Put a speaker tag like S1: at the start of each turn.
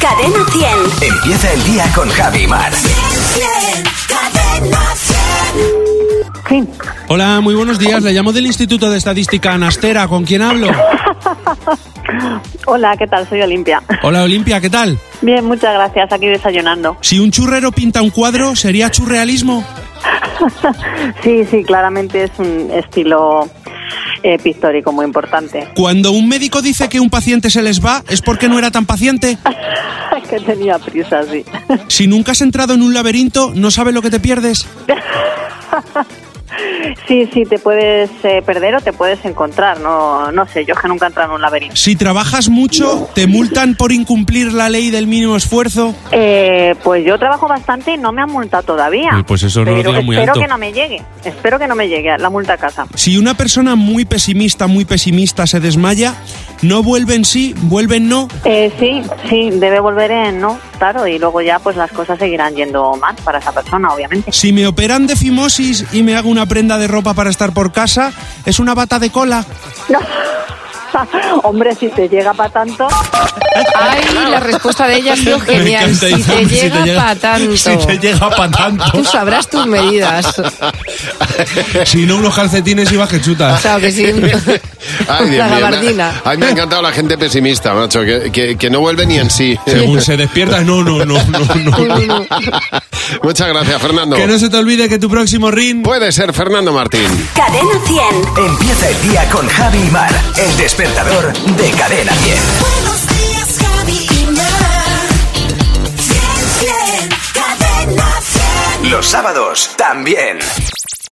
S1: Cadena 100.
S2: Empieza el día con Javi Mar.
S1: Cadena 100.
S3: Sí,
S4: Hola, muy buenos días. Le llamo del Instituto de Estadística Anastera. ¿Con quién hablo?
S3: hola, ¿qué tal? Soy Olimpia.
S4: Hola, Olimpia, ¿qué tal?
S3: Bien, muchas gracias, aquí desayunando.
S4: Si un churrero pinta un cuadro, ¿sería churrealismo?
S3: Sí, sí, claramente es un estilo eh, pictórico muy importante.
S4: Cuando un médico dice que un paciente se les va, ¿es porque no era tan paciente?
S3: que tenía prisa, sí.
S4: Si nunca has entrado en un laberinto, ¿no sabes lo que te pierdes?
S3: Sí, sí, te puedes eh, perder o te puedes encontrar, no, no sé, yo es que nunca he entrado en un laberinto.
S4: Si trabajas mucho, ¿te multan por incumplir la ley del mínimo esfuerzo?
S3: Eh, pues yo trabajo bastante y no me han multado todavía.
S4: Eh, pues eso no lo
S3: Pero
S4: digas muy
S3: espero
S4: alto.
S3: que no me llegue, espero que no me llegue la multa a casa.
S4: Si una persona muy pesimista, muy pesimista se desmaya, no vuelve en sí, vuelve en no.
S3: Eh, sí, sí, debe volver en no, claro, y luego ya pues las cosas seguirán yendo mal para esa persona, obviamente.
S4: Si me operan de fimosis y me hago una prenda de ropa para estar por casa, es una bata de cola.
S3: Hombre, si te llega para tanto,
S5: Ay, la respuesta de ella ha sido genial. Si te llega pa' tanto.
S4: Si te llega pa' tanto.
S5: Tú sabrás tus medidas.
S4: si no, unos calcetines y bajechutas.
S5: Claro que sí.
S6: Ay, Dios
S5: la
S6: mío, me-
S5: gabardina.
S6: A mí me ha encantado la gente pesimista, macho, que, que- que no vuelve ni en sí.
S4: Según se despierta, no, no, no, no, no.
S6: Muchas gracias, Fernando.
S4: Que no se te olvide que tu próximo ring...
S6: Puede ser Fernando Martín.
S1: Cadena 100.
S2: Empieza el día con Javi Mar. El despertador de Cadena 10.
S1: Buenos días, Javi y Mar. Bien, bien. Cadena 100.
S2: Los sábados también.